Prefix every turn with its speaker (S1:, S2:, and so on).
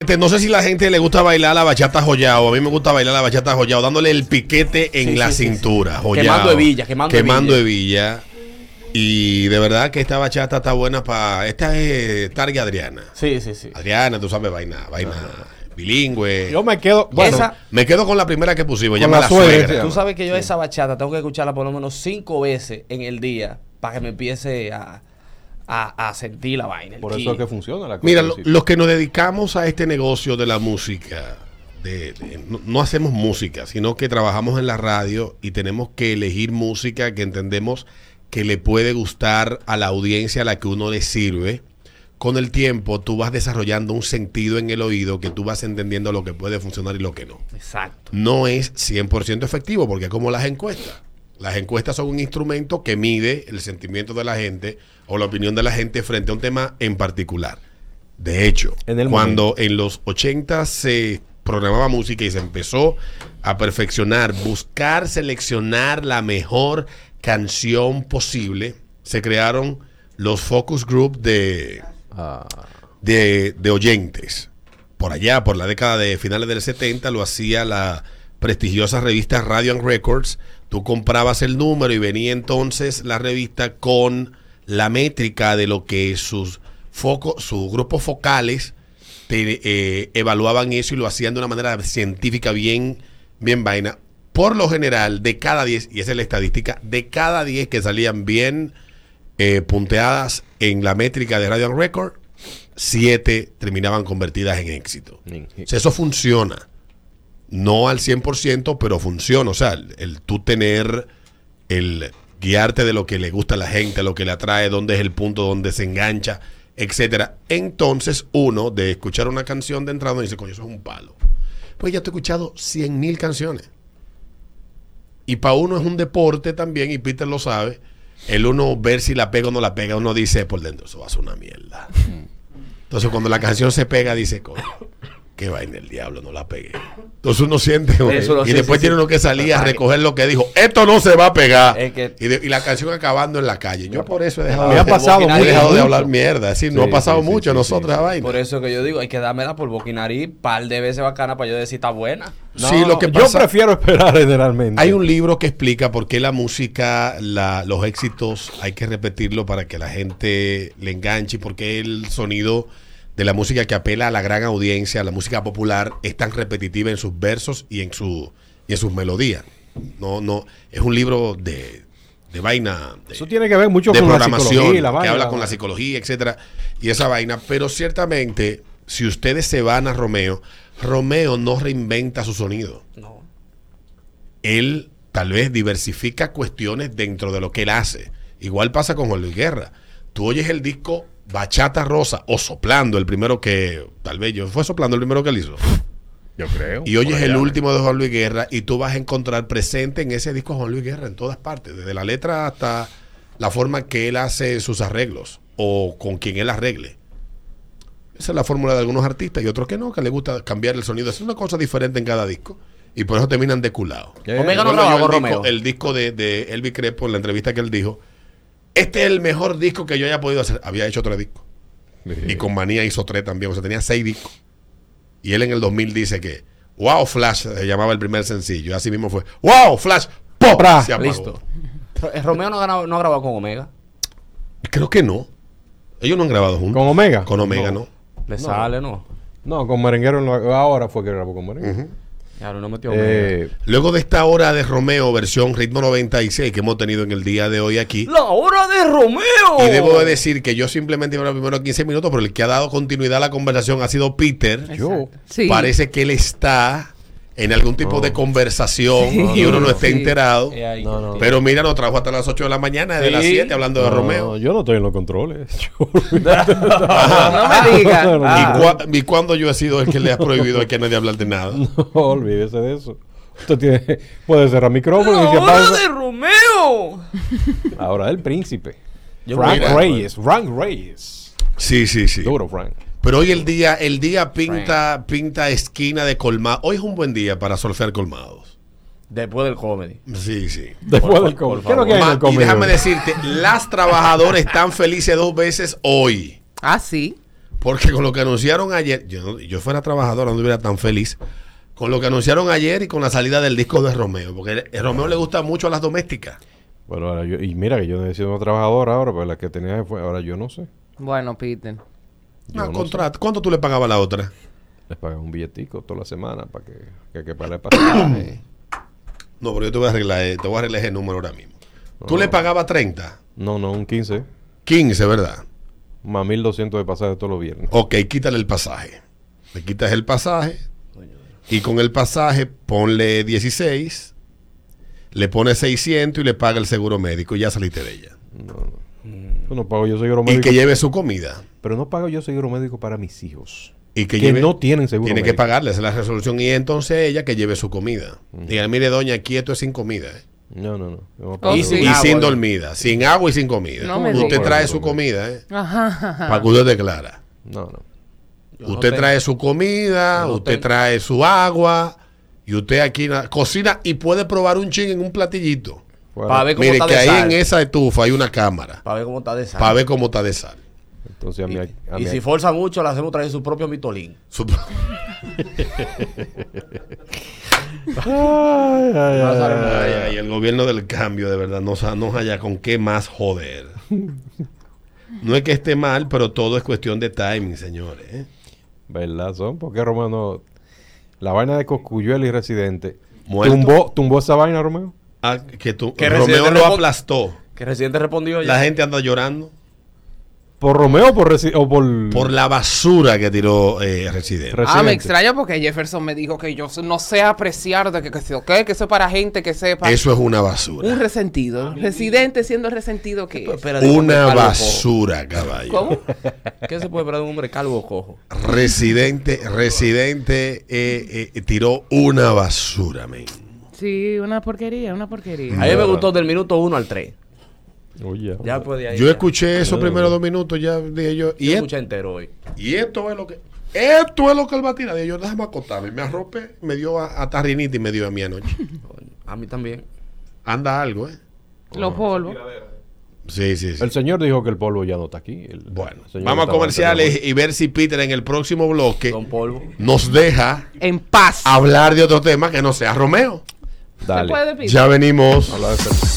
S1: gente, Este, no sé si la gente le gusta bailar la bachata joyao. A mí me gusta bailar la bachata joyao, dándole el piquete en
S2: Sí,
S1: la
S2: sí, sí, sí.
S1: cintura. joyao.
S2: Quemando hebilla, quemando
S1: hebilla. Y de verdad que esta bachata está buena para. Esta es Targa Adriana.
S2: Sí, sí, sí.
S1: Adriana, tú sabes, vaina, vaina bilingüe.
S3: Yo me quedo. Bueno,
S2: Ah. Esa-
S1: me quedo con la primera que pusimos,
S3: Con
S1: llama
S3: la
S1: la
S3: suegra, este,
S1: suegra.
S3: sí.
S2: Tú sabes que yo esa bachata tengo que escucharla por lo menos cinco veces en el día para que me empiece a, a- a sentir la vaina. el
S3: por
S2: ki.
S3: eso es que funciona la cosa.
S1: Mira,
S3: del
S1: lo-
S3: sitio.
S1: los que nos dedicamos a este negocio de la música, de- de- no, no hacemos música, sino que trabajamos en la radio y tenemos que elegir música que entendemos que le puede gustar a la audiencia a la que uno le sirve. Con el tiempo tú vas desarrollando un sentido en el oído que tú vas entendiendo lo que puede funcionar y lo que no.
S2: Exacto.
S1: no es 100% efectivo, porque es como las encuestas. Las encuestas son un instrumento que mide el sentimiento de la gente o la opinión de la gente frente a un tema en particular. De hecho,
S3: En el
S1: cuando en los 80 se programaba música y se empezó a perfeccionar, buscar seleccionar la mejor canción posible, se crearon los focus group de,
S3: Ah,
S1: de, de oyentes. Por allá, por la década de finales del 70, lo hacía la prestigiosa revista Radio and Records. Tú comprabas el número y venía entonces la revista con la métrica de lo que sus, foco, sus grupos focales te, eh, evaluaban eso y lo hacían de una manera científica bien, bien vaina. Por lo general, de cada 10, y esa es la estadística, de cada 10 que salían bien eh, punteadas en la métrica de Radio and Record, siete terminaban convertidas en éxito.
S3: nin-
S1: O sea, eso funciona. No al 100%, pero funciona. O sea, el, el tú tener, el guiarte de lo que le gusta a la gente, lo que le atrae, dónde es el punto donde se engancha, etcétera. Entonces, uno de escuchar una canción de entrada dice, coño, eso es un palo. Pues ya te he escuchado 100 mil canciones. Y para uno es un deporte también, y Peter lo sabe. El uno ver si la pega o no la pega, uno dice por dentro, eso va a ser una mierda. Entonces cuando la canción se pega, dice, coño, qué vaina el diablo, no la pegué. Entonces uno siente, güey,
S2: Eso lo
S1: y
S2: sé,
S1: después
S2: sí,
S1: tiene
S2: sí.
S1: uno que salir a
S2: Para que-
S1: recoger lo que dijo, esto no se va a pegar.
S2: Es que-
S1: y, de- y la canción acabando en la calle. Yo por eso he dejado,
S3: Me ha
S1: de-
S3: pasado
S1: he
S2: muy
S1: dejado de
S3: mucho.
S1: hablar mierda, así, no
S3: Sí,
S1: ha pasado
S3: sí, sí,
S1: mucho a
S3: sí,
S1: nosotros
S3: sí,
S1: la vaina.
S2: Por e- eso que yo digo, hay que dármela por boquinarí, par de veces bacana para yo decir está buena.
S1: sí, lo que
S3: Yo
S1: pasa-
S3: prefiero esperar generalmente.
S1: Hay un libro que explica por qué la música, la- los éxitos, hay que repetirlo para que la gente le enganche, y por qué el sonido de la música que apela a la gran audiencia, a la música popular, es tan repetitiva en sus versos y en su y en sus melodías. No, no, es un libro de, de vaina. de-
S3: Eso tiene que ver mucho
S1: de
S3: con la
S1: programación,
S3: psicología, la
S1: que
S3: vaina,
S1: habla con la
S3: vaina.
S1: psicología, etcétera, y esa vaina. Pero ciertamente, si ustedes se van a Romeo, Romeo no reinventa su sonido
S2: No.
S1: él tal vez diversifica cuestiones dentro de lo que él hace. Igual pasa con Juan Luis Guerra. Tú oyes el disco Bachata Rosa o Soplando, el primero que tal vez yo fue Soplando el primero que él hizo.
S4: Yo creo.
S1: Y oyes
S4: Por
S1: el
S4: allá.
S1: último de Juan Luis Guerra y tú vas a encontrar presente en ese disco a Juan Luis Guerra en todas partes, desde la letra hasta la forma que él hace sus arreglos o con quien él arregle. Esa es la fórmula de algunos artistas y otros que no, que les gusta cambiar el sonido. Es una cosa diferente en cada disco y por eso terminan deculados.
S3: ¿Qué?
S2: Omega no
S1: Recuerdo
S2: grababa
S1: yo
S2: con
S1: el disco,
S2: Romeo.
S1: el disco de, de Elvis Crespo en la entrevista que él dijo. Este es el mejor disco que yo haya podido hacer. Había hecho tres discos. Y con Manía hizo tres también. O sea, tenía seis discos. Y él en el 2000 dice que Wow Flash se llamaba el primer sencillo. Así mismo fue. Wow Flash. ¡Pop!
S3: Pra,
S1: se apagó.
S2: Listo. Ro- eh, Romeo no ha, ganado- no ha grabado con Omega.
S1: Creo que no. Ellos no han grabado juntos.
S3: ¿Con Omega?
S1: Con Omega, ¿no?
S2: Le sale, no.
S3: No, con Merenguero no. Ahora fue que grabó con Merenguero.
S2: Ya no metió Omega.
S3: Eh,
S1: Luego de esta hora de Romeo, versión ritmo 96 que hemos tenido en el día de hoy aquí.
S2: ¡La hora de Romeo!
S1: Y debo de decir que yo simplemente iba a los primeros 15 minutos, pero el que ha dado continuidad a la conversación ha sido Peter.
S3: yo.
S5: Sí.
S1: Parece que él está en algún tipo de conversación y uno no está
S5: Sí.
S1: enterado.
S2: Eh, ahí.
S3: No, no.
S1: Pero mira, nos trajo hasta las 8 de la mañana, desde
S2: Sí.
S1: las 7, hablando de
S3: No,
S1: Romeo.
S3: Yo no estoy en los controles. Yo-
S2: No me digas.
S3: No, no,
S1: ¿Y,
S2: Ah.
S1: cua- y cuándo yo he sido el que le ha prohibido aquí a nadie hablar de nada?
S3: no, olvídese de eso. Usted tiene, puede cerrar micrófono y se pausa.
S2: Romeo!
S3: Ahora el príncipe.
S2: Yo
S3: Frank
S1: mira,
S3: Reyes. Frank Reyes.
S1: Sí, sí, sí.
S3: Duro, Frank.
S1: Pero hoy el día, el día pinta, pinta esquina de colmado. Hoy es un buen día para surfear colmados.
S2: Después del comedy.
S1: Sí, sí.
S3: Después
S2: Por-
S3: del
S2: por
S3: COVID. ¿Qué es lo
S2: favor.
S3: que hay en el
S1: Ma- y
S3: COVID?
S1: déjame decirte, las trabajadoras están felices dos veces hoy.
S5: Ah, sí.
S1: Porque con lo que anunciaron ayer, yo, no- yo fuera trabajador, no hubiera tan feliz. Con lo que anunciaron ayer y con la salida del disco de Romeo. Porque a Romeo le gusta mucho a las domésticas.
S3: Bueno, ahora yo, y mira que yo no he sido una trabajadora ahora, pero la que tenía fue, ahora yo no sé.
S4: Bueno, Peter.
S3: Yo
S1: Ah,
S3: no
S1: contrato. ¿Cuánto tú le pagabas a la otra?
S3: sé. Les pagan un billetico toda la semana para que, que, que para el pasaje.
S1: No, pero yo te voy a arreglar, eh, te voy a arreglar ese número ahora mismo. Tú
S3: No.
S1: le pagabas 30,
S3: No, no, un 15.
S1: 15, ¿verdad?
S3: Más 1200 de pasaje todos los viernes.
S1: Ok, quítale el pasaje. Le quitas el pasaje. Y con el pasaje ponle 16, le pones 600 y le paga el seguro médico y ya saliste de ella.
S3: Yo no pago yo seguro
S1: Oh. Y
S3: médico.
S1: que lleve su comida.
S3: Pero no pago yo seguro médico para mis hijos.
S1: Y que,
S3: Que
S1: lleve-
S3: no tienen seguro
S1: Tiene que
S3: médico.
S1: pagarles la resolución y entonces ella que lleve su comida. Dígale, mire, doña, quieto es sin comida. ¿eh?
S3: No, no, no. Yo no
S4: Oh,
S3: pago
S1: y
S4: sin
S1: sin, y
S4: agua,
S1: sin
S4: ¿eh?
S1: dormida, sin agua y sin comida.
S4: No me
S1: usted
S4: diga.
S1: trae su comida, ¿eh?
S4: Ajá, ajá.
S1: para que usted declara.
S3: No, no.
S2: Yo no
S1: Usted
S2: tengo-
S1: trae su comida,
S2: Yo no
S1: usted
S2: tengo.
S1: trae su agua y usted aquí na- cocina y puede probar un ching en un platillito.
S3: Fuera.
S2: Pa' ver cómo
S1: Mire
S2: está
S1: que
S2: de
S1: ahí
S2: sal.
S1: en esa estufa hay una cámara
S2: Para ver cómo está de sal.
S1: para ver cómo está de sal.
S3: Entonces a mí, a
S2: Y
S3: mí-
S2: si forza mucho, le hacemos traer su propio mitolín.
S1: Su-
S3: Ay, ay,
S2: Vas a
S3: ay.
S2: ver-
S1: Ay, ay, el gobierno del cambio, de verdad, no, sa- no haya con qué más joder. No es que esté mal, pero todo es cuestión de timing, señores. ¿eh?
S3: ¿Verdad son? Porque Romano, la vaina de Coscuyuela y Residente,
S1: Muerto.
S3: tumbó, tumbó esa vaina, Romeo.
S1: Ah, que tú,
S2: Que
S1: Romeo
S2: Residente
S1: lo
S2: respon-
S1: aplastó.
S2: Que reciente respondió ya.
S1: La gente anda llorando
S3: ¿Por Romeo o por, Resi- o por,
S1: por la basura que tiró eh, Residente.
S4: Ah, me
S3: Residente?
S4: extraña porque Jefferson me dijo que yo no sé apreciar de que, que, sé- que, que eso es para gente que sepa.
S1: Eso es una Ah,
S4: Un
S1: basura.
S4: resentido. Residente siendo resentido que es.
S2: Espera, de un hombre
S1: Una
S2: calvo
S1: basura, caballo.
S4: ¿Cómo?
S2: cojo. ¿Qué se puede esperar de un hombre calvo o cojo?
S1: Residente, Residente eh, eh, tiró una basura, men.
S4: Sí, una porquería, una porquería.
S2: A mí me gustó del minuto 1 al 3.
S3: Oye,
S2: Ya pues. puede ahí.
S1: Yo
S2: ya.
S1: escuché esos primeros dos minutos, ya dije yo.
S2: Yo
S1: Y,
S2: escuché entero hoy.
S1: esto- y esto es lo que. Esto es lo que él va a tirar. Dije yo, déjame acotarme. Me arropé, me dio a, a tarrinita y me dio a mí anoche.
S2: Coño, A mí también.
S1: Anda algo, ¿eh?
S4: Los polvos.
S1: Sí, sí, sí.
S3: el señor dijo que el polvo ya no está aquí. El
S1: Bueno,
S3: señor
S1: vamos a
S3: estaba
S1: comerciales y ver si Peter en el próximo bloque
S2: Don Polvo.
S1: nos deja
S4: En paz.
S1: Ah, hablar de otro tema que no sea Romeo.
S3: anteriormente. Dale.
S4: ¿Se puede, Pete?
S1: Ya venimos.
S3: Habla de-